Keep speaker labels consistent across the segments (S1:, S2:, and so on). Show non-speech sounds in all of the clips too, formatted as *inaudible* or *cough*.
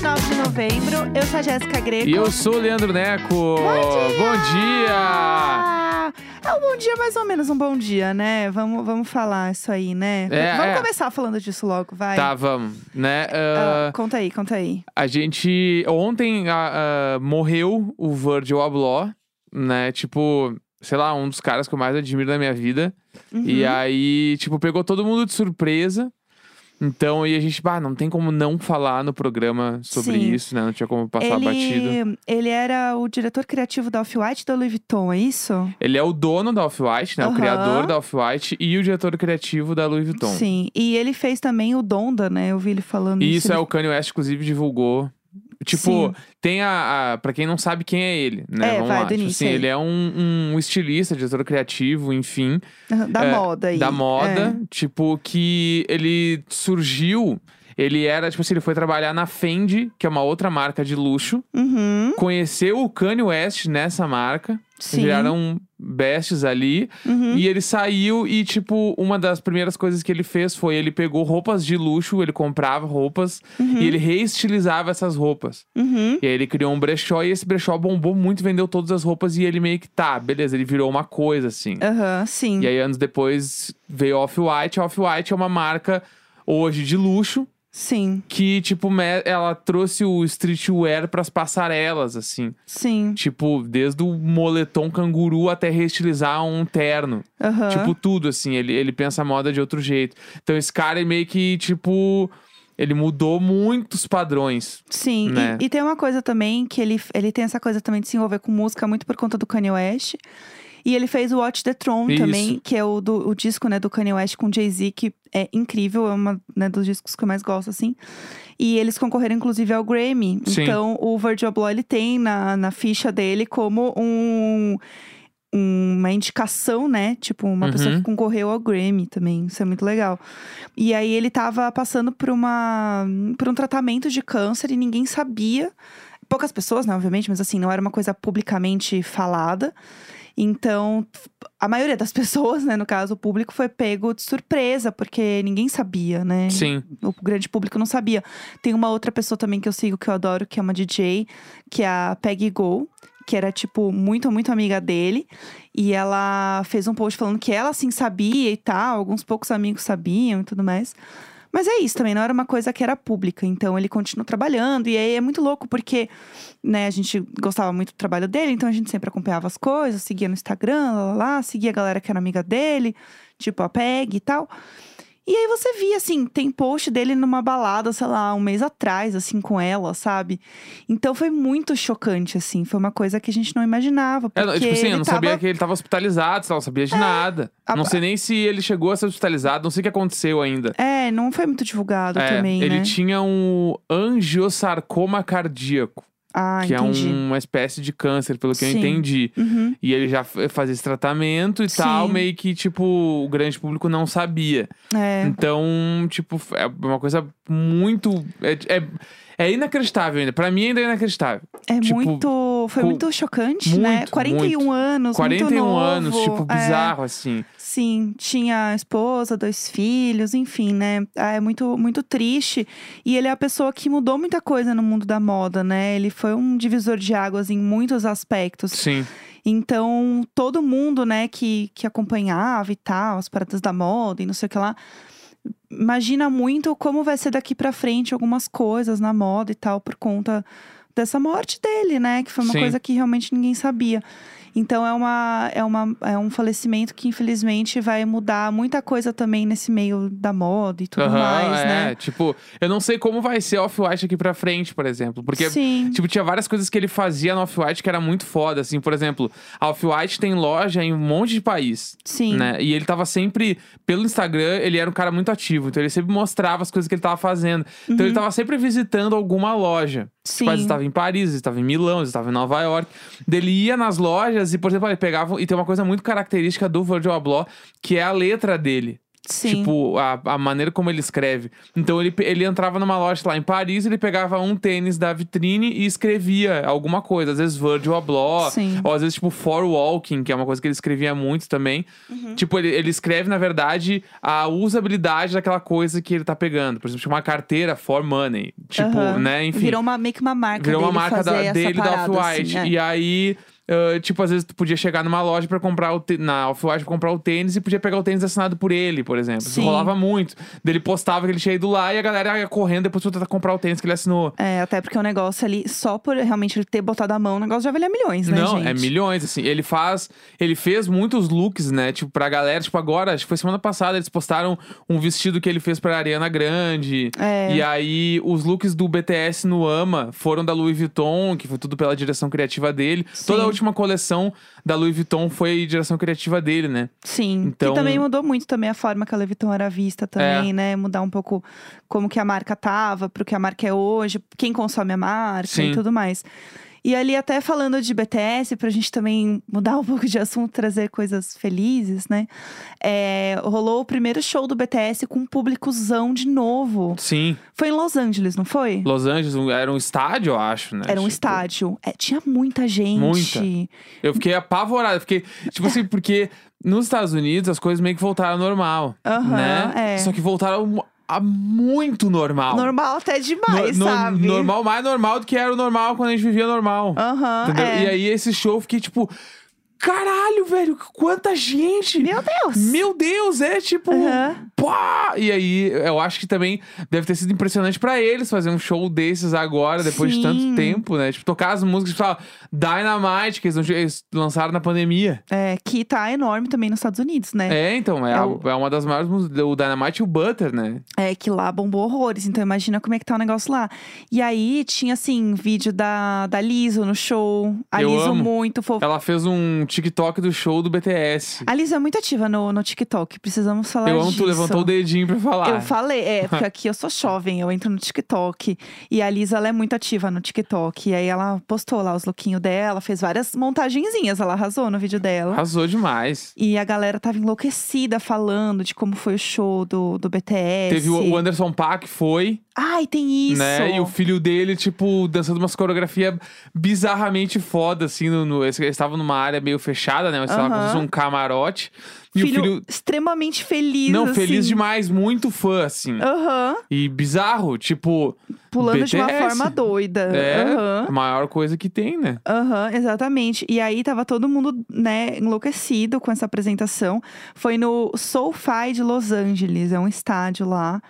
S1: um é novembro. Eu sou a Jéssica Greco.
S2: E eu sou o Leandro Neco. Bom dia!
S1: Ah, é um bom dia, mais ou menos um bom dia, né? Vamos, vamos falar isso aí, né?
S2: É,
S1: vamos
S2: é.
S1: começar falando disso logo, vai.
S2: Tá, vamos. Né?
S1: Ah,
S2: Ah,
S1: conta aí, conta aí.
S2: a gente. Ontem ah, ah, morreu o Virgil Abloh, né? Tipo, sei lá, um dos caras que eu mais admiro na minha vida. E aí, tipo, pegou todo mundo de surpresa. Então, e a gente, bah, não tem como não falar no programa sobre
S1: Sim.
S2: isso, né? Não tinha como passar batido.
S1: Ele, ele era o diretor criativo da Off-White e da Louis Vuitton, é isso?
S2: Ele é o dono da Off-White, né? O
S1: Aham.
S2: criador da Off-White e o diretor criativo da Louis Vuitton.
S1: Sim. E ele fez também o Donda, né? Eu vi ele falando
S2: E isso
S1: isso.
S2: é o Kanye West, inclusive, divulgou. Tipo,
S1: Sim.
S2: tem a, a. Pra quem não sabe quem é ele, né?
S1: É,
S2: Vamos
S1: vai,
S2: lá.
S1: do
S2: Tipo
S1: início
S2: assim,
S1: aí.
S2: ele é um, um estilista, diretor criativo, enfim,
S1: Aham, Da
S2: é,
S1: moda aí. é.
S2: da moda. Tipo, que ele surgiu. Ele era, tipo assim, ele foi trabalhar na Fendi, que é uma outra marca de luxo.
S1: É. Uhum,
S2: Conheceu o Kanye West nessa marca.
S1: sim.
S2: Viraram bestes ali.
S1: Uhum.
S2: E ele saiu e, tipo, uma das primeiras coisas que ele fez foi ele pegou roupas de luxo, ele comprava roupas
S1: Uhum.
S2: e ele reestilizava essas roupas.
S1: Uhum.
S2: E aí ele criou um brechó e esse brechó bombou muito, vendeu todas as roupas e ele meio que tá, beleza, ele virou uma coisa assim.
S1: Aham, sim.
S2: E aí anos depois veio Off-White. Off-White é uma marca hoje de luxo
S1: Sim,
S2: que, tipo, me- ela trouxe o streetwear pras passarelas, assim.
S1: sim.
S2: Tipo, desde o moletom canguru até reestilizar um terno.
S1: Aham.
S2: Tipo, tudo, assim. Ele, ele pensa a moda de outro jeito. Então, esse cara é meio que, tipo... Ele mudou muitos padrões.
S1: Sim, e-
S2: né?
S1: e, tem uma coisa também que ele, ele tem essa coisa também de se envolver com música muito por conta do Kanye West. E ele fez o Watch the Throne
S2: Isso.
S1: também, que é o, do, o disco, né, do Kanye West com Jay-Z, que é incrível, é uma né, dos discos que eu mais gosto, assim. E eles concorreram, inclusive, ao Grammy.
S2: Sim.
S1: Então, o Virgil Abloh, ele tem na, na ficha dele como um... Uma indicação, né? Tipo, uma
S2: Uhum.
S1: pessoa que concorreu ao Grammy também. Isso é muito legal. E aí ele tava passando por uma por um tratamento de câncer e ninguém sabia. Poucas pessoas, né, obviamente, mas assim, não era uma coisa publicamente falada. Então, a maioria das *laughs* pessoas, né, no caso, o público foi pego de surpresa, porque ninguém sabia, né?
S2: Sim.
S1: O grande público não sabia. Tem uma outra pessoa também que eu sigo, que eu adoro, que é uma DJ, que é a Peggy Go, que era, tipo, muito, muito amiga dele. E ela fez um post falando que ela, assim, sabia e tal, alguns poucos amigos sabiam e tudo mais. Mas é isso também, não era uma coisa que era pública. Então ele continuou trabalhando. E aí é muito louco, porque né, a gente gostava muito do trabalho dele, então a gente sempre acompanhava as coisas, seguia no Instagram, lá, lá, lá, seguia a galera que era amiga dele, tipo a Peg e tal. E aí você via, assim, tem post dele numa balada, sei lá, um mês atrás, assim, com ela, sabe? Então foi muito chocante, assim. Foi uma coisa que a gente não imaginava.
S2: É,
S1: Porque
S2: tipo assim,
S1: ele
S2: eu não
S1: tava... É,
S2: sabia que ele tava hospitalizado, sei lá, não sabia de nada.
S1: a-
S2: Não sei nem se ele chegou a ser hospitalizado, não sei o que aconteceu ainda.
S1: É, não foi muito divulgado
S2: É,
S1: também,
S2: ele
S1: né?
S2: tinha um angiosarcoma cardíaco,
S1: Ah,
S2: que é
S1: entendi.
S2: uma espécie de câncer, pelo que eu
S1: Sim.
S2: entendi.
S1: Uhum.
S2: E ele já f- fazia esse tratamento e
S1: Sim.
S2: tal, meio que, tipo, o grande público não sabia.
S1: É,
S2: Então, tipo, f- é uma coisa muito. É, é, é inacreditável ainda. Pra mim, ainda é inacreditável.
S1: é
S2: tipo,
S1: muito. Foi
S2: com-
S1: muito chocante,
S2: muito,
S1: né? 41
S2: muito.
S1: anos,
S2: 41
S1: muito novo.
S2: anos, tipo,
S1: é.
S2: bizarro, assim.
S1: Sim, tinha esposa, dois filhos, enfim, né? Ah, É muito, muito triste. E ele é a pessoa que mudou muita coisa no mundo da moda, né? Ele foi um divisor de águas em muitos aspectos.
S2: Sim.
S1: Então, todo mundo, né, que, que acompanhava e tal, as paradas da moda e não sei o que lá, imagina muito como vai ser daqui pra frente algumas coisas na moda e tal, por conta dessa morte dele, né? Que foi uma
S2: Sim.
S1: coisa que realmente ninguém sabia. Então é, uma, é, uma, é um falecimento que, infelizmente, vai mudar muita coisa também nesse meio da moda e tudo
S2: Aham,
S1: mais,
S2: é.
S1: né?
S2: Tipo, eu não sei como vai ser Off-White aqui pra frente, por exemplo. Porque.
S1: Sim.
S2: Tipo, tinha várias coisas que ele fazia no Off-White que era muito foda, assim. Por exemplo, a Off-White tem loja em um monte de país.
S1: Sim.
S2: né? E ele tava sempre, pelo Instagram, ele era um cara muito ativo. Então ele sempre mostrava as coisas que ele tava fazendo. Então
S1: Uhum.
S2: ele tava sempre visitando alguma loja.
S1: Sim.
S2: Tipo, Mas estava em Paris, estava em Milão, estava em Nova York. Daí Ele ia nas um, lojas e, por exemplo, ele pegava. E tem uma coisa muito característica do Virgil Abloh, que é a letra dele.
S1: Sim.
S2: Tipo, a, a maneira como ele escreve. Então ele, pe- ele entrava numa loja lá em Paris, ele pegava um tênis da vitrine e escrevia alguma coisa. Às vezes Virgil Abloh,
S1: Sim.
S2: ou às vezes tipo For Walking, que é uma coisa que ele escrevia muito também.
S1: Uhum.
S2: Tipo, ele, ele escreve, na verdade, a usabilidade daquela coisa que ele tá pegando. Por exemplo, tipo, uma carteira For Money. Tipo,
S1: Aham.
S2: né, enfim.
S1: Virou uma, meio que uma marca
S2: Virou uma
S1: dele
S2: marca da-
S1: fazer essa
S2: dele da
S1: parada,
S2: Off-White.
S1: assim, é.
S2: E aí, ah, tipo, às vezes tu podia chegar numa loja para comprar o tê- na Off-White pra comprar o tênis e podia pegar o tênis assinado por ele, por exemplo. Isso
S1: Sim.
S2: rolava muito. Daí ele postava que ele tinha ido lá e a galera ia correndo depois pra tentar comprar o tênis que ele assinou.
S1: É, até porque o negócio ali, só por realmente ele ter botado a mão, o negócio já valia milhões, né,
S2: Não,
S1: gente?
S2: é milhões, assim. Ele faz. Ele fez muitos looks, né? Tipo, pra galera. Tipo, agora, acho que foi semana passada, eles postaram um vestido que ele fez pra Ariana Grande.
S1: É.
S2: E aí, os looks do BTS no Ama foram da Louis Vuitton, que foi tudo pela direção criativa dele.
S1: Sim.
S2: Toda a última coleção da Louis Vuitton foi direção criativa dele, né?
S1: Sim.
S2: Então- É.
S1: E também mudou muito também a forma que a Leviton era vista também, né? Mudar um pouco como que a marca tava, pro que a marca é hoje, quem consome a marca e
S2: Sim.
S1: tudo mais. E ali até falando de BTS, pra gente também mudar um *laughs* pouco de assunto, trazer coisas felizes, né? É, rolou o primeiro show do BTS com um públicozão de novo.
S2: Sim.
S1: Foi em Los Angeles, não foi?
S2: Los Angeles um- era um estádio, eu acho, né?
S1: Era um
S2: Tipo,
S1: estádio. É, tinha muita gente.
S2: Muita. Eu fiquei apavorado. eu Fiquei, tipo assim, porque nos Estados Unidos as coisas meio que voltaram ao normal.
S1: Aham,
S2: né?
S1: é.
S2: Só que voltaram mu- a muito normal.
S1: Normal até demais,
S2: No- no-
S1: sabe?
S2: Normal, mais normal do que era o normal quando a gente vivia normal.
S1: Aham,
S2: entendeu?
S1: é.
S2: E aí esse show eu fiquei tipo. Caralho, velho, quanta gente!
S1: Meu Deus!
S2: Meu Deus, é tipo.
S1: Aham.
S2: Pá! E aí, eu acho que também deve ter sido impressionante pra eles fazer um show desses agora, depois de tanto
S1: Sim.
S2: tempo, né? Tipo, tocar as músicas, tipo, sei lá, Dynamite, que eles não tinham- eles lançaram na pandemia.
S1: É, que tá enorme também nos Estados Unidos, né?
S2: É, então, é,
S1: É
S2: a-
S1: o-
S2: é uma das maiores músicas, o Dynamite e o Butter, né?
S1: É, que lá bombou horrores, então imagina como é que tá o negócio lá. E aí tinha, assim, vídeo da, da Liso no show. A
S2: Eu
S1: Liso
S2: amo.
S1: muito fofa.
S2: Ela fez um TikTok do show do BTS.
S1: A Liso é muito ativa no, no TikTok, precisamos falar
S2: Eu amo,
S1: disso.
S2: tu levantou o dedinho pra falar.
S1: Eu falei, é,
S2: *laughs*
S1: porque aqui eu sou jovem, eu entro no TikTok. E a Lisa, ela é muito ativa no TikTok. E aí ela postou lá os lookinhos dela, fez várias montagenzinhas, ela arrasou no vídeo dela.
S2: Arrasou demais.
S1: E a galera tava enlouquecida falando de como foi o show do, do BTS.
S2: Teve o o Anderson Paak foi,
S1: Ai, tem É, isso!
S2: né? E o filho dele, tipo, dançando umas coreografias bizarramente foda, assim. No, no- eles eles estavam numa área meio fechada, né? Mas sei lá, como se
S1: Aham.
S2: fosse um camarote. E
S1: filho,
S2: o filho.
S1: extremamente feliz,
S2: Não,
S1: assim. Ah.
S2: feliz demais, muito fã, assim.
S1: Aham,
S2: E bizarro, tipo.
S1: pulando de uma
S2: BTS.
S1: forma doida.
S2: É
S1: Aham.
S2: a maior coisa que tem, né?
S1: Aham, exatamente. E aí tava todo mundo, né, enlouquecido com essa apresentação. Foi no SoFi de Los Angeles, é um estádio lá.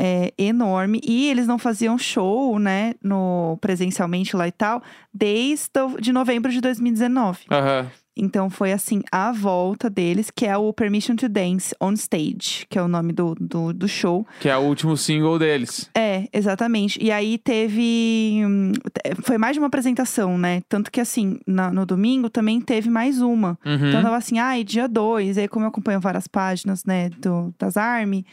S1: é, enorme. E eles não faziam show, né, no, presencialmente lá e tal, desde o- de novembro de 2019.
S2: Aham.
S1: Então foi assim a volta deles, que é o Permission to Dance on Stage, que é o nome do, do, do show.
S2: Que é o último single deles.
S1: É, exatamente. E aí teve. hum, te- Foi mais de uma apresentação, né? Tanto que assim, na- no domingo também teve mais uma.
S2: Uhum.
S1: Então tava assim, ai, dia dois. Aí, como eu acompanho várias páginas, né, do, das Army,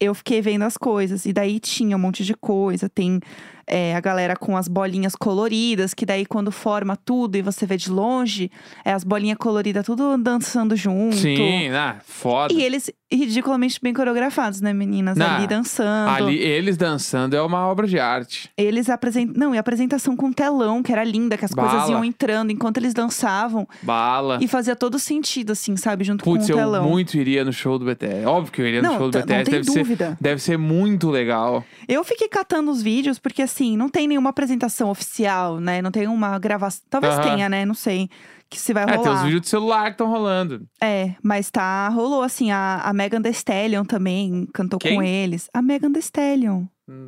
S1: eu fiquei vendo as coisas. E daí tinha um monte de coisa. Tem é, a galera com as bolinhas coloridas, que daí quando forma tudo e você vê de longe, é as bolinhas coloridas tudo dançando junto.
S2: Sim, né? Foda.
S1: E eles ridiculamente bem coreografados, né, meninas?
S2: Não.
S1: Ali dançando.
S2: Ali, eles dançando é uma obra de arte.
S1: Eles apresentam. Não, e a apresentação com telão, que era linda, que as coisas
S2: Bala.
S1: iam entrando enquanto eles dançavam.
S2: Bala.
S1: E fazia todo sentido, assim, sabe? Junto
S2: Putz,
S1: com o
S2: eu
S1: telão.
S2: muito iria no show do BTS. Óbvio que eu iria
S1: não,
S2: no show do
S1: t-
S2: BTS.
S1: não tem
S2: deve, ser,
S1: dúvida.
S2: deve ser muito legal.
S1: Eu fiquei catando os vídeos, porque assim, não tem nenhuma apresentação oficial, né? Não tem uma gravação. Talvez
S2: Aham.
S1: tenha, né? Não sei. Que se vai
S2: É, tem os
S1: rolar.
S2: vídeos de celular que estão rolando.
S1: É, mas tá. Rolou, assim, a, a Megan Thee Stallion também cantou
S2: Quem?
S1: com eles. A Megan Thee Stallion.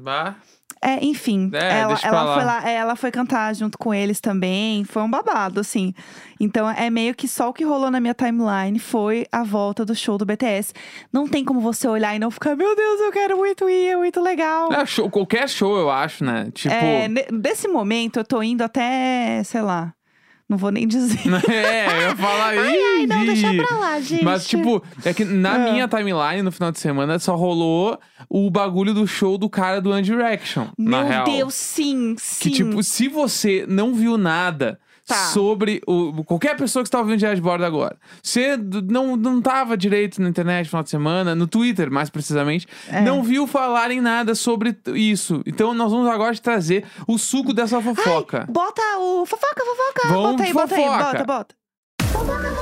S2: Ah,
S1: É, enfim,
S2: É,
S1: ela,
S2: deixa pra
S1: ela
S2: lá.
S1: foi lá, é, ela foi cantar junto com eles também, foi um babado, assim. Então é meio que só o que rolou na minha timeline foi a volta do show do BTS. Não tem como você olhar e não ficar, meu Deus, eu quero muito ir, é muito legal.
S2: é show- qualquer show, eu acho, né? Tipo. *laughs*
S1: É, ne- desse momento eu tô indo até, sei lá, não vou nem dizer.
S2: é, eu
S1: *laughs*
S2: ia falar Ai, ai,
S1: Não, deixa pra lá, gente.
S2: Mas, tipo, é que na
S1: Ah.
S2: minha timeline no final de semana só rolou o bagulho do show do cara do One Direction.
S1: meu
S2: na real. tipo,
S1: Deus, sim, sim.
S2: Que, tipo, se você não viu nada,
S1: Tá.
S2: sobre o, qualquer pessoa que está ouvindo Diário de Bordo agora. Você d- não, não tava direito na internet no final de semana, no Twitter mais precisamente,
S1: É.
S2: não viu falar em nada sobre t- isso. Então nós vamos agora te trazer o suco dessa fofoca.
S1: Bota o. Fofoca, fofoca!
S2: Vamos
S1: bota aí, bota aí, bota,
S2: fofoca.
S1: bota.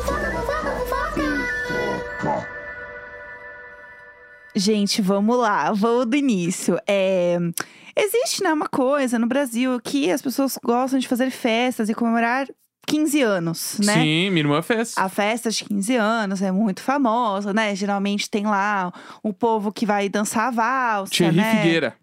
S1: Gente, vamos lá, vou do início. É, Existe, né, uma coisa no Brasil que as pessoas gostam de fazer festas e comemorar 15 anos, né?
S2: Sim, minha irmã fez.
S1: A festa de 15 anos é muito famosa, né? Geralmente tem lá o povo que vai dançar a valsa,
S2: Thierry
S1: né?
S2: Figueira.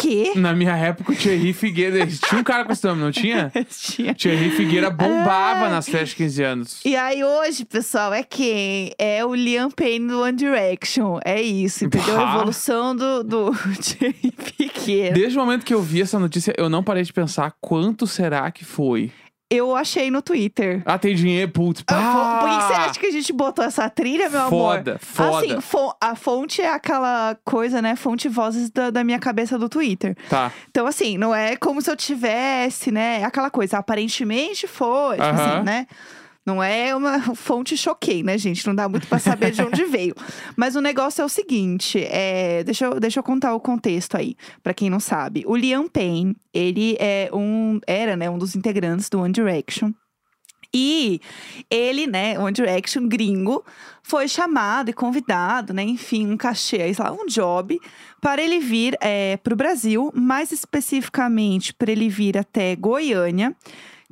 S1: Que? *laughs*
S2: Na minha época, o Thierry Figueira. Tinha um cara com esse nome, não tinha?
S1: Tinha.
S2: Thierry Figueira bombava
S1: É.
S2: nas festas de 15 anos.
S1: E aí hoje, pessoal, é quem? É o Liam Payne do One Direction. É isso, entendeu?
S2: Bah.
S1: A evolução do, do *laughs* Thierry Piquet.
S2: Desde o momento que eu vi essa notícia, eu não parei de pensar quanto será que foi.
S1: Eu achei no Twitter.
S2: Ah, tem dinheiro, putz.
S1: Ah,
S2: pá!
S1: Por que que você acha que a gente botou essa trilha, meu amor?
S2: Foda, foda.
S1: Assim, fo- a fonte é aquela coisa, né? Fonte vozes da, da minha cabeça do Twitter.
S2: Tá.
S1: Então, assim, não é como se eu tivesse, né? Aquela coisa, aparentemente foi, tipo
S2: Aham.
S1: assim, né? Não é uma fonte choquei, né, gente? Não dá muito pra saber de onde veio. Mas o negócio é o seguinte, é, deixa, eu, deixa eu contar o contexto aí, pra quem não sabe. O Liam Payne, ele é um, era, né, um dos integrantes do One Direction. E ele, né, One Direction gringo, foi chamado e convidado, né, enfim, um cachê, aí, sei lá, um job, para ele vir para o Brasil, mais especificamente para ele vir até Goiânia,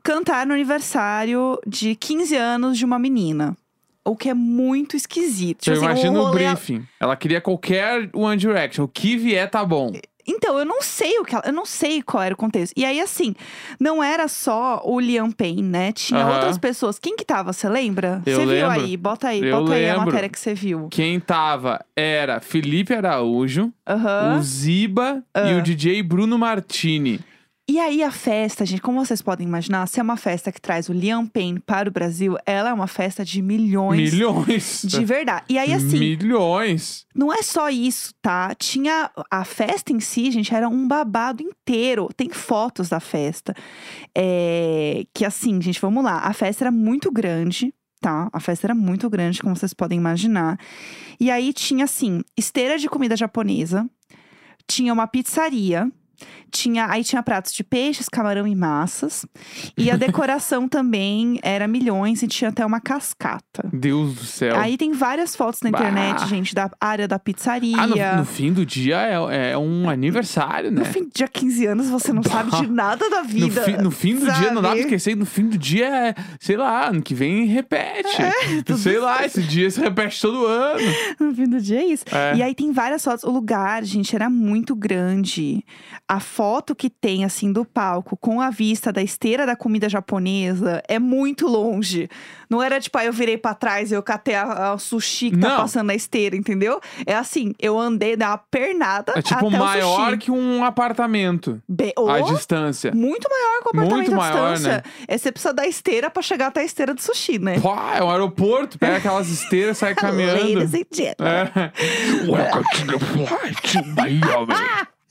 S1: cantar no aniversário de 15 anos de uma menina. O que é muito esquisito. Tipo
S2: eu
S1: assim, um
S2: imagino o
S1: rolê-
S2: briefing. Ela queria qualquer One Direction. O que vier tá bom.
S1: Então, eu não sei o que ela, eu não sei qual era o contexto. E aí, assim, não era só o Liam Payne, né? Tinha
S2: Aham.
S1: outras pessoas. Quem que tava? Você lembra?
S2: Eu
S1: Você viu
S2: lembro.
S1: aí? Bota aí,
S2: Eu
S1: bota aí a
S2: lembro.
S1: matéria que você viu.
S2: Quem tava era Felipe Araújo,
S1: Aham.
S2: o Ziba e o DJ Bruno Martini.
S1: E aí a festa, gente, como vocês podem imaginar, se é uma festa que traz o Liam Payne para o Brasil, ela é uma festa de milhões
S2: Milhões.
S1: *laughs* de verdade. E aí assim,
S2: Milhões.
S1: não é só isso, tá? Tinha a festa em si, gente, era um babado inteiro. Tem fotos da festa. É, que assim, gente, vamos lá. A festa era muito grande, tá? A festa era muito grande, como vocês podem imaginar. E aí tinha assim, esteira de comida japonesa, tinha uma pizzaria, tinha, aí tinha pratos de peixes, camarão e massas. E a decoração também era milhões e tinha até uma cascata.
S2: Deus do céu.
S1: Aí tem várias fotos na
S2: É Bah.
S1: internet, gente, da área da pizzaria.
S2: Ah, no, no
S1: no,
S2: fim do dia é, é um aniversário, né?
S1: fim de dia 15 anos, você não
S2: Bah.
S1: sabe de nada da
S2: No,
S1: vida.
S2: fi- no fim do dia, não dá pra
S1: sabe?
S2: esquecer. No fim do dia é, sei lá, ano que vem repete.
S1: É, *laughs* tudo
S2: sei lá, esse dia se repete todo ano.
S1: *laughs* No fim do dia é isso.
S2: É.
S1: E aí tem várias fotos. O lugar, gente, era muito grande. A foto que tem, assim, do palco com a vista da esteira da comida japonesa é muito longe. Não era tipo, aí eu virei pra trás e eu catei a, a sushi que tá
S2: Não.
S1: passando na esteira, entendeu? É assim, eu andei da pernada
S2: É tipo
S1: até o
S2: maior
S1: sushi.
S2: que um apartamento
S1: Be- oh, Ô,
S2: à distância.
S1: Muito maior que o apartamento
S2: Muito
S1: à
S2: maior, né?
S1: distância. É, você precisa da esteira pra chegar até a esteira do sushi, né?
S2: Pô, é um
S1: *laughs*
S2: aeroporto, pega aquelas esteiras, sai é caminhando.
S1: Ladies and gentlemen. *laughs*
S2: É. Welcome to the flight to Miami.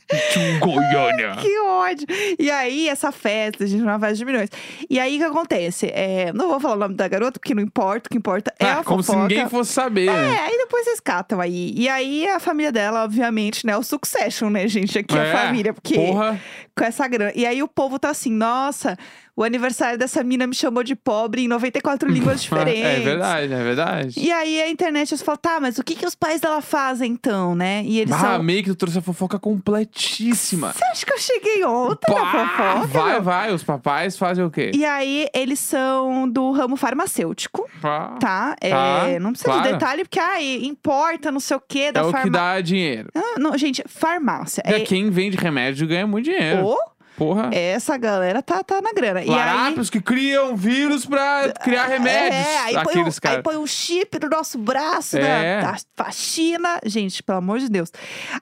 S2: To Goiânia.
S1: Que ódio! E aí, essa festa, gente, uma festa de milhões. E aí, o que acontece? É, não vou falar o nome da garota, porque não importa. O que importa é
S2: Ah,
S1: a
S2: como se
S1: fofoca.
S2: ninguém fosse saber. né?
S1: É, aí depois vocês catam aí. E aí, a família dela, obviamente, né? O Succession, né, gente? Aqui é a família, porque...
S2: Porra,
S1: Com essa grana. E aí, o povo tá assim, nossa, o aniversário dessa mina me chamou de pobre em 94 línguas diferentes.
S2: *laughs* é verdade, é verdade.
S1: E aí a internet eles falam, tá, mas o que, que os pais dela fazem então, né? E eles
S2: Ah,
S1: são.
S2: meio que tu trouxe a fofoca completíssima.
S1: Você acha que eu cheguei ontem na
S2: Pá,
S1: fofoca?
S2: vai,
S1: meu?"
S2: vai. Os papais fazem o quê?
S1: E aí eles são do ramo farmacêutico,
S2: Pá.
S1: tá? É,
S2: Tá,
S1: não precisa de
S2: claro.
S1: detalhe, porque ai, importa não sei o quê da
S2: É o que
S1: farmácia.
S2: dá dinheiro.
S1: não, gente, farmácia.
S2: É.
S1: É,
S2: Quem vende remédio ganha muito dinheiro.
S1: ou
S2: Porra.
S1: essa galera tá, tá na grana. E aí.
S2: Larápios que criam vírus pra criar remédios.
S1: É, aí põe, um,
S2: Aqueles
S1: aí
S2: caras.
S1: põe um chip no nosso braço
S2: É.
S1: da, da faxina. Gente, pelo amor de Deus.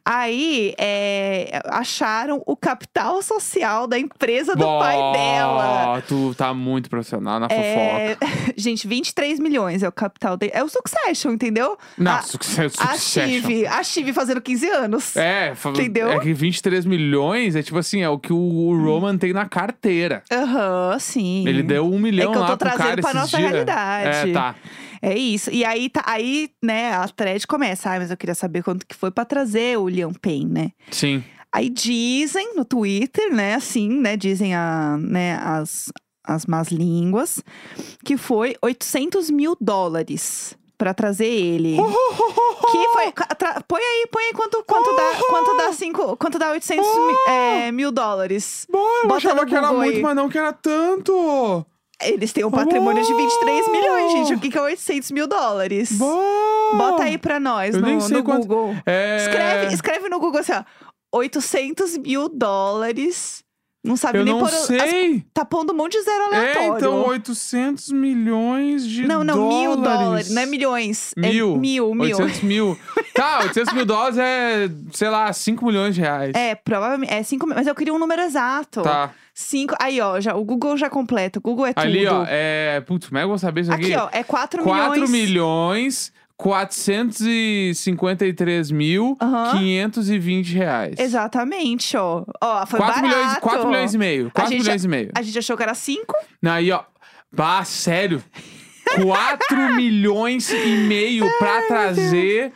S1: Aí é, acharam o capital social da empresa do pai dela.
S2: Ó, Tu tá muito profissional na
S1: É, *laughs*
S2: fofoca.
S1: gente, 23 milhões é o capital dele. É o Succession, entendeu?
S2: Não,
S1: a-
S2: sucesso,
S1: A
S2: sucesso.
S1: Chive, a Chive fazendo 15 anos.
S2: É, fa-
S1: Entendeu?
S2: é que 23 milhões é tipo assim, é o que o o Roman tem na carteira.
S1: Aham, sim.
S2: Ele deu um milhão
S1: é que eu
S2: lá
S1: tô
S2: pro
S1: trazendo
S2: cara
S1: pra
S2: esses
S1: nossa
S2: dias.
S1: realidade.
S2: É, tá.
S1: É isso. E aí, tá, aí, né, a thread começa. Ah, mas eu queria saber quanto que foi pra trazer o Liam Payne, né?
S2: Sim.
S1: Aí dizem no Twitter, né, assim, né, dizem a, né, as, as más línguas, que foi 800 mil dólares pra trazer ele. Que foi, ca- tra- põe aí, põe aí quanto, quanto dá, quanto dá cinco, quanto dá 800 mi- é, mil dólares.
S2: Bom, eu
S1: Bota
S2: achava
S1: no
S2: que era
S1: Google
S2: muito,
S1: aí.
S2: mas não que era tanto.
S1: Eles têm um patrimônio de 23 milhões, gente. O que que é 800 mil dólares?
S2: Bom.
S1: Bota aí pra nós
S2: Eu
S1: no,
S2: nem sei
S1: no
S2: quanto-
S1: Google.
S2: É...
S1: Escreve, escreve no Google assim, ó. 800 mil dólares. Não sabe
S2: Eu
S1: nem
S2: não
S1: por.
S2: sei.
S1: Tá pondo um monte de zero
S2: É,
S1: aleatório.
S2: então 800 milhões de
S1: não, não,
S2: dólares.
S1: mil dólares. Não é milhões.
S2: Mil.
S1: É mil, mil.
S2: 800 mil. Tá, 800 mil dólares é, sei lá, 5 milhões de reais.
S1: É, provavelmente. É cinco mil. Mas eu queria um número exato.
S2: Tá.
S1: Cinco. Aí, ó, já, o Google já completa. O Google é tudo.
S2: Ali, ó, é. Putz, como é que eu vou saber isso aqui?
S1: Aqui, ó, é 4
S2: 4
S1: milhões.
S2: milhões 453 mil
S1: Aham.
S2: 520 reais.
S1: Exatamente, ó. Ó, foi
S2: 4
S1: barato.
S2: milhões, 4 milhões e meio. 4
S1: gente
S2: milhões e meio.
S1: A gente achou que era cinco.
S2: Aí, ó. Bah, sério.
S1: *laughs*
S2: 4 milhões e meio pra trazer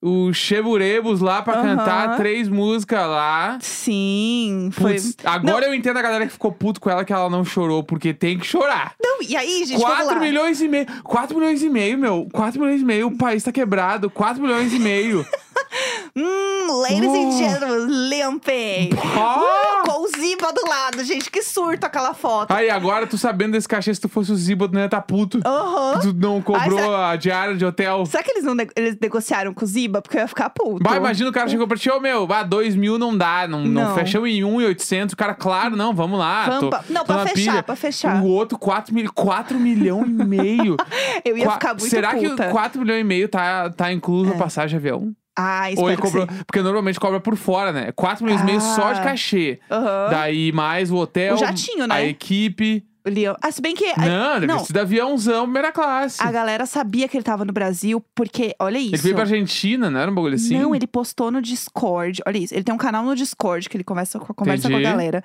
S2: o Cheburebos lá pra
S1: Aham.
S2: cantar três músicas lá.
S1: Sim, foi.
S2: Putz, agora eu entendo a galera que ficou puto com ela que ela não chorou, porque tem que chorar.
S1: Não, e aí, gente, vamos
S2: 4
S1: lá.
S2: milhões e meio. 4 milhões e meio, meu. 4 milhões e meio. O país tá quebrado. 4 milhões e
S1: *laughs*
S2: meio.
S1: Hum, ladies and
S2: Oh.
S1: gentlemen, Liam
S2: *laughs*
S1: Payne.
S2: Ah!
S1: Uh, com o Ziba do lado, gente, que surto aquela foto.
S2: Aí, agora tu sabendo desse cachê, se tu fosse o Ziba, tu não ia tá puto.
S1: Aham.
S2: Tu não cobrou
S1: Ai,
S2: a diária de hotel.
S1: Será que eles não ne- eles negociaram com o Ziba? Porque eu ia ficar puto.
S2: Bah, imagina o cara chegou pra ti, ô meu, bah, dois mil não dá, não, não.
S1: Então, é. Não.
S2: fechamos em um e oitocentos, o cara, claro, não, vamos lá.
S1: Vamos
S2: tô-
S1: pra- não,
S2: tô
S1: pra
S2: na
S1: fechar,
S2: pilha.
S1: pra fechar.
S2: O outro, quatro mil, quatro milhão e meio.
S1: *laughs* Eu ia
S2: Qua-
S1: ficar muito
S2: Será
S1: puta.
S2: que quatro milhão e meio tá, tá incluso na passagem de avião?
S1: Ah,
S2: Ou
S1: espero
S2: ele
S1: que
S2: cobrou,
S1: sim.
S2: porque normalmente cobra por fora, né? Quatro milhões e meio só de
S1: Ah.
S2: cachê.
S1: Aham.
S2: Daí mais o hotel,
S1: O jatinho, né?
S2: a equipe.
S1: O Liam. Ah, se bem que... a-
S2: não, ele
S1: não.
S2: vestido de aviãozão, primeira classe.
S1: A galera sabia que ele tava no Brasil, porque, olha isso.
S2: Ele veio pra Argentina, não era um bagulho assim?
S1: Não, ele postou no Discord. Olha isso, ele tem um canal no Discord que ele começa com conversa com a
S2: Entendi.
S1: galera.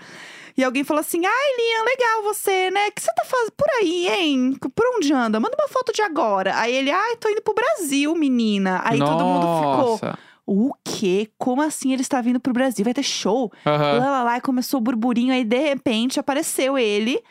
S1: E alguém falou assim: "Ai, Liam, legal você, né? O que você tá fazendo por aí, hein? Por onde anda? Manda uma foto de agora". Aí ele: "Ai, tô indo pro Brasil, menina". Aí todo mundo ficou:
S2: Nossa.
S1: "O quê? Como assim ele está vindo pro Brasil? Vai ter show?".
S2: Aham.
S1: Lá, lá, lá, e começou o burburinho aí de repente apareceu ele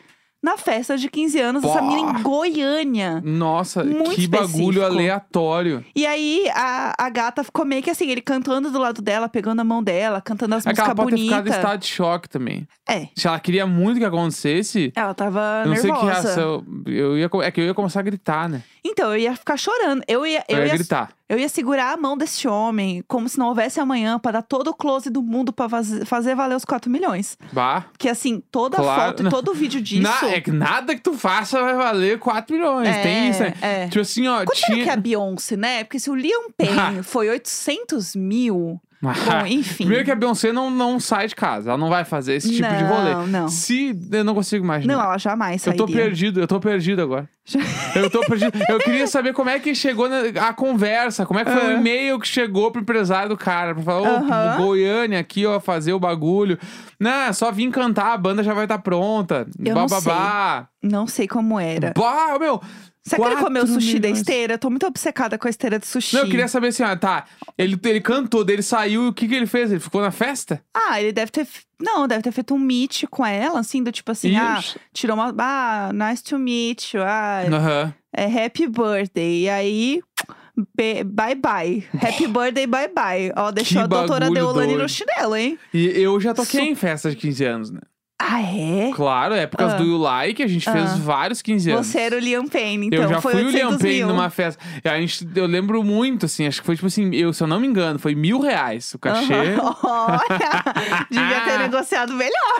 S1: na festa de 15 anos dessa
S2: Pô.
S1: menina em Goiânia.
S2: Nossa,
S1: Muito
S2: que bagulho
S1: específico.
S2: aleatório.
S1: E aí, a, a gata ficou meio que assim, ele cantando do lado dela, pegando a mão dela, cantando as
S2: É que ela
S1: músicas
S2: pode ter ficado em
S1: bonitas.
S2: estado de choque também.
S1: É,
S2: Se ela queria muito que acontecesse,
S1: ela tava
S2: eu não sei que
S1: nervosa.
S2: reação. Eu ia, co- é que eu ia começar a gritar, né?
S1: Então, eu ia ficar chorando. Eu ia,
S2: Eu,
S1: eu,
S2: ia
S1: ia,
S2: gritar.
S1: eu ia segurar a mão desse homem, como se não houvesse amanhã, pra dar todo o close do mundo pra vaz- fazer valer os 4 milhões.
S2: Bah.
S1: Porque assim, toda
S2: Claro,
S1: foto e
S2: *laughs* não.
S1: todo vídeo disso.
S2: Na- é que nada que tu faça vai valer 4 milhões.
S1: É,
S2: Tem isso, né?
S1: é.
S2: Tipo assim, ó,
S1: Quanto era
S2: tinha.
S1: que é a Beyoncé, né? Porque se o
S2: *laughs*
S1: Liam Payne foi 800 mil, é bom, enfim.
S2: Primeiro que a Beyoncé não, não sai de casa. Ela não vai fazer esse tipo de rolê.
S1: Não, não.
S2: Se. Eu não consigo imaginar.
S1: Não, ela jamais
S2: é Eu
S1: sairia.
S2: tô perdido, eu tô perdido
S1: *laughs*
S2: agora.
S1: Já-
S2: Eu tô perdido. Eu queria saber como é que chegou na- a conversa, como é que foi o
S1: Aham.
S2: e-mail que chegou pro empresário do cara, pra falar, ô,
S1: Aham.
S2: Goiânia aqui, ó, fazer o bagulho. Não, é só vim cantar, a banda já vai estar tá pronta.
S1: Eu não
S2: Bababá.
S1: Não sei como era.
S2: Bah, meu.
S1: Será que ele
S2: quatro
S1: comeu sushi da
S2: milhões.
S1: esteira? Eu tô muito obcecada com a esteira de sushi.
S2: Não, eu queria saber assim, ó, tá, ele, ele cantou, dele saiu, e o que que ele fez? Ele ficou na festa?
S1: Ah, ele deve ter. f- Não, deve ter feito um meet com ela, assim, do tipo assim, ah,
S2: Ixi.
S1: tirou uma. Ah, nice to meet you. Ah,
S2: Aham.
S1: é happy birthday. E aí. be- Bye bye. Happy birthday, bye bye. Ó, deixou a doutora
S2: bagulho
S1: Deolane no
S2: doido.
S1: chinelo, hein?
S2: E eu já toquei
S1: Su-
S2: em festa de 15 anos, né?
S1: Ah, é?
S2: Claro, é por causa
S1: Ah.
S2: do You Like, a gente
S1: Ah.
S2: fez vários 15 anos.
S1: Você era o Liam Payne, então
S2: eu já
S1: foi
S2: fui o
S1: 800
S2: Liam Payne
S1: mil.
S2: numa festa. E a gente, eu lembro muito, assim, acho que foi tipo assim, eu, se eu não me engano, foi mil reais o cachê. *laughs* Ah,
S1: Aham. *laughs* Olha, devia ter negociado melhor.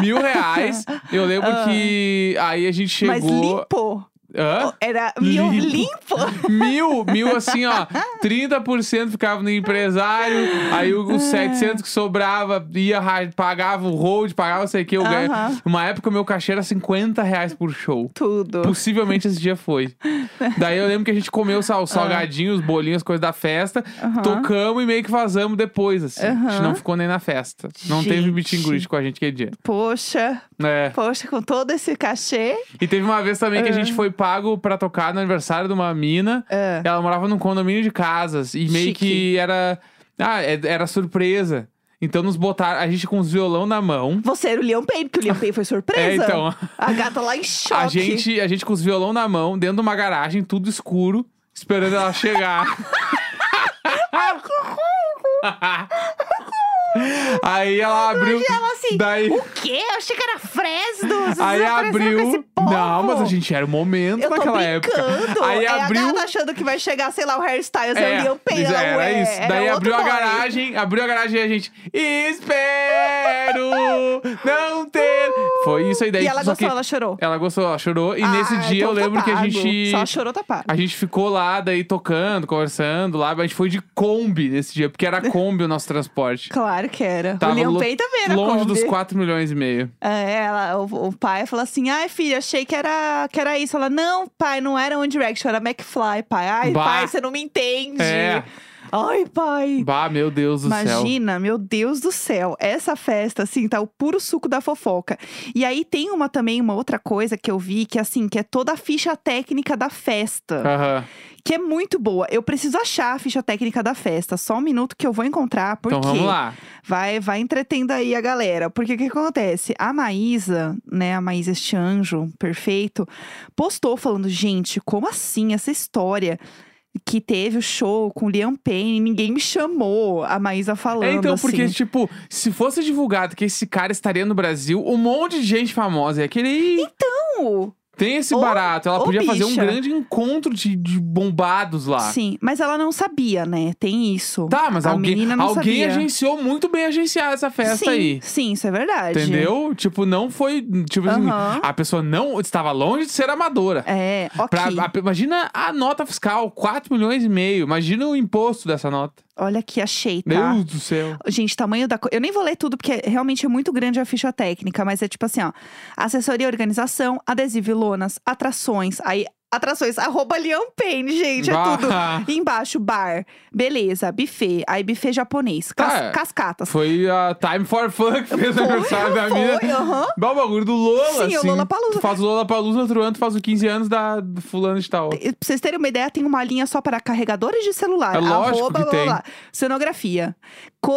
S2: Mil reais. Eu lembro
S1: Ah.
S2: que aí a gente
S1: Mas Oh.
S2: chegou.
S1: limpou.
S2: Hã?
S1: Era mil
S2: Limpo.
S1: limpo.
S2: Mil, mil assim, ó. 30% ficava no empresário. Aí o- os
S1: Ah.
S2: 700 que sobrava ia, ra- pagava o hold, pagava sei o que. Eu ganho.
S1: Aham.
S2: Uma época o meu cachê era 50 reais por show.
S1: Tudo.
S2: Possivelmente esse dia foi. Daí eu lembro que a gente comeu sal- os salgadinhos, os bolinhos, as coisas da festa.
S1: Ah. Aham.
S2: Tocamos e meio que vazamos depois, assim. A gente
S1: Aham.
S2: não ficou nem na festa. Não teve meet and
S1: Gente.
S2: greet com a gente aquele dia.
S1: Poxa,
S2: É.
S1: poxa, com todo esse cachê.
S2: E teve uma vez também que a gente foi pago pra tocar no aniversário de uma mina.
S1: Ah.
S2: Ela morava num condomínio de casas. E meio
S1: Chique.
S2: que era. Ah, é- era surpresa. Então nos botaram. A gente com os violão na mão.
S1: Você era o Leon Payne, porque o Leon Payne foi surpresa.
S2: É, então.
S1: A gata lá em choque.
S2: A gente, a gente com os violão na mão, dentro de uma garagem, tudo escuro, esperando ela chegar. *laughs* Aí ela abriu.
S1: E ela assim,
S2: daí
S1: o quê? Eu achei que era Fresno. Vocês
S2: aí
S1: apareceram com esse
S2: abriu.
S1: povo?"
S2: Não, mas a gente era o momento
S1: Eu tô
S2: naquela
S1: brincando.
S2: época. Aí
S1: é a
S2: abriu.
S1: gata achando que vai chegar, sei lá, o hairstyle, é,
S2: É,
S1: o Leon Payne. Ela,
S2: era
S1: "Ué,
S2: isso.
S1: é, era
S2: Daí
S1: outro
S2: abriu a
S1: boy."
S2: garagem, abriu a garagem e a gente. Espero não ter. Foi isso aí. Daí,
S1: E ela
S2: só
S1: gostou,
S2: que
S1: ela chorou.
S2: ela gostou, ela chorou. E nesse
S1: Ah,
S2: dia eu
S1: então tá
S2: lembro que a
S1: pago.
S2: gente.
S1: Só chorou, tá pago.
S2: A gente ficou lá, daí tocando, conversando lá. mas A gente foi de Kombi nesse dia,
S1: *laughs*
S2: porque era Kombi o nosso transporte.
S1: Claro que era.
S2: Tava
S1: o Leon
S2: lo-
S1: Payne também era
S2: Longe
S1: Kombi.
S2: dos 4 milhões e meio.
S1: É, ela, o, o pai falou assim: ai, filha, achei que era, que era isso. Ela, não, pai, não era One Direction, era McFly, pai. Ai,
S2: Bah.
S1: pai, você não me entende.
S2: É.
S1: Ai, pai.
S2: Bah, meu Deus do céu.
S1: Imagina, meu Deus do céu, essa festa, assim, tá o puro suco da fofoca. E aí tem uma também, uma outra coisa que eu vi, que assim, que é toda a ficha técnica da festa.
S2: Aham.
S1: Que é muito boa. Eu preciso achar a ficha técnica da festa. Só um minuto que eu vou encontrar, porque
S2: Então vamos lá.
S1: Vai, vai entretendo aí a galera. Porque o que acontece? A Maísa, né? A Maísa, este anjo perfeito, postou falando: gente, como assim essa história? Que teve o show com o Liam Payne, ninguém me chamou. A Maísa falando.
S2: É, então, porque,
S1: assim.
S2: tipo, se fosse divulgado que esse cara estaria no Brasil, um monte de gente famosa ia querer ir.
S1: Não,
S2: Tem esse
S1: Ô,
S2: barato. Ela
S1: ô,
S2: podia fazer um
S1: bicha.
S2: grande encontro de, de bombados lá.
S1: Sim, mas ela não sabia, né? Tem isso.
S2: Tá, mas
S1: A
S2: alguém,
S1: menina não
S2: alguém
S1: sabia.
S2: agenciou muito bem agenciar essa festa
S1: sim,
S2: aí.
S1: Sim, isso é verdade.
S2: Entendeu? Tipo, não foi. Tipo assim,
S1: Aham.
S2: a pessoa não estava longe de ser amadora.
S1: É, ok.
S2: Pra- a- imagina a nota fiscal, 4 milhões e meio. Imagina o imposto dessa nota.
S1: Olha aqui, achei, tá?
S2: Deus do céu.
S1: Gente, tamanho da. co- Eu nem vou ler tudo, porque realmente é muito grande a ficha técnica, mas é tipo assim, ó. Assessoria e organização, adesivo e lonas, atrações. Aí, atrações, arroba Leon Payne, gente, é
S2: Bah.
S1: tudo. E embaixo, bar, beleza, buffet, aí buffet japonês, cas-
S2: Tá. *laughs*
S1: cascatas.
S2: Foi a Time for Fun que fez o aniversário da minha.
S1: Foi, aham.
S2: Dá o bagulho do Lola,
S1: Sim, o né?
S2: assim.
S1: Lollapalooza.
S2: Tu Faz o Lola Palusa, outro ano tu faz o 15 anos da do fulano de tal.
S1: E Pra vocês terem uma ideia, tem uma linha só para carregadores de celular.
S2: É lógico
S1: arroba, blá,
S2: que
S1: blá, blá. Cenografia,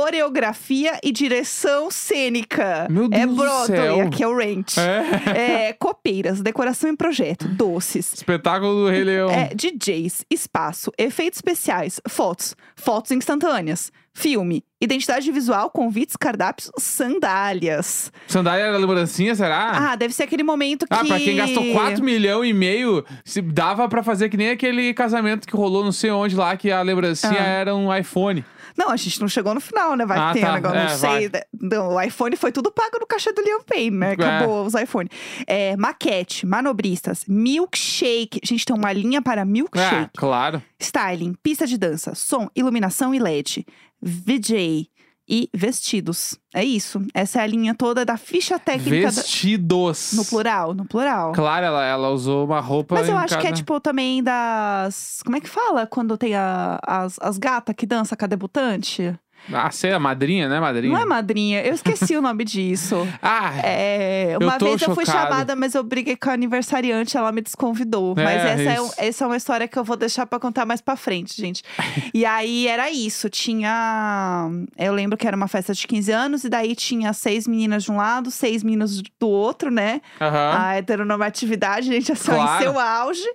S1: coreografia e direção cênica.
S2: Meu
S1: é
S2: Deus do
S1: Broadway,
S2: céu.
S1: aqui é o Ranch.
S2: É.
S1: É, copeiras, decoração e projeto, doces.
S2: Espetáculo do Rei Leão.
S1: É, DJs, espaço, efeitos especiais, fotos, fotos instantâneas, filme, identidade visual, convites, cardápios, sandálias.
S2: Sandália era lembrancinha, será?
S1: Ah, deve ser aquele momento que.
S2: Ah, pra quem gastou 4 milhão e meio, se dava pra fazer que nem aquele casamento que rolou não sei onde lá, que a lembrancinha
S1: Ah.
S2: era um iPhone.
S1: Não, a gente não chegou no final, né? Vai
S2: Ah,
S1: ter
S2: tá.
S1: um negócio, não
S2: É,
S1: sei. Não, o iPhone foi tudo pago no caixa do Liam Payne,
S2: É.
S1: né? Acabou os iPhone. É, maquete, manobristas, milkshake. Gente, tem uma linha para milkshake.
S2: É, claro.
S1: Styling, pista de dança, som, iluminação e LED, VJ e vestidos. É isso. Essa é a linha toda da ficha técnica. da-
S2: Vestidos.
S1: No plural, no plural.
S2: Claro, ela, ela usou uma roupa.
S1: Mas eu
S2: em
S1: acho que é
S2: cada-
S1: tipo também das. Como é que fala quando tem a- as, as gatas que dança com a debutante?
S2: Ah, sei, a madrinha, né, madrinha?
S1: Não é madrinha, eu esqueci o nome
S2: *laughs*
S1: disso.
S2: Ah,
S1: É,
S2: Eu
S1: uma
S2: tô
S1: vez eu fui
S2: chocado.
S1: chamada, mas eu briguei com a aniversariante, ela me desconvidou.
S2: É,
S1: mas essa é,
S2: isso.
S1: um- essa é uma história que eu vou deixar pra contar mais pra frente,
S2: *laughs*
S1: gente. e aí era isso, tinha. Eu lembro que era uma festa de 15 anos, e daí tinha seis meninas de um lado, seis meninos do outro, né?
S2: aham.
S1: A heteronormatividade, gente, assim,
S2: Claro.
S1: em seu auge.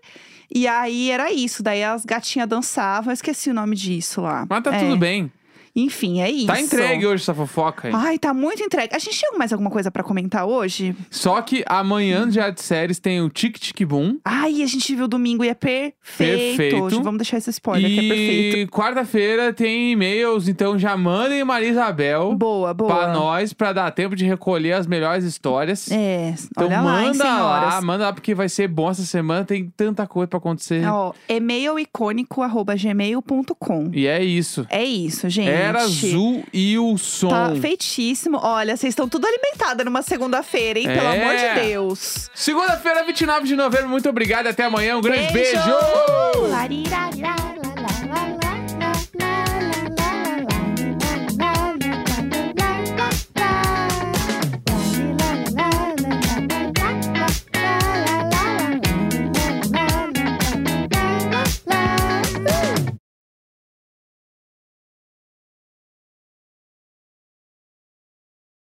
S1: E aí era isso, daí as gatinhas dançavam, eu esqueci o nome disso lá.
S2: Mas tá
S1: É.
S2: tudo bem.
S1: Enfim, é isso.
S2: Tá entregue hoje essa fofoca, hein?
S1: Ai, tá muito entregue. A gente tinha mais alguma coisa pra comentar hoje?
S2: Só que amanhã, no dia de séries, tem o Tic Tic Boom.
S1: Ai, a gente viu domingo e é perfeito.
S2: Perfeito.
S1: hoje. Vamos deixar esse spoiler que é perfeito.
S2: e quarta-feira tem e-mails, então já mandem Maria Isabel
S1: Boa, boa.
S2: pra nós, pra dar tempo de recolher as melhores histórias.
S1: É,
S2: Então
S1: olha lá, hein,
S2: manda
S1: senhoras.
S2: lá, manda lá, porque vai ser bom essa semana, tem tanta coisa pra acontecer.
S1: Ó, e-mail icônico arroba gmail.com.
S2: E é isso.
S1: É isso, gente.
S2: Era azul e o som.
S1: Tá feitíssimo. Olha, vocês estão tudo alimentada numa segunda-feira, hein? Pelo
S2: É.
S1: amor de Deus.
S2: Segunda-feira, 29 de novembro. Muito obrigado. Até amanhã. Um grande beijo.
S1: Larirará.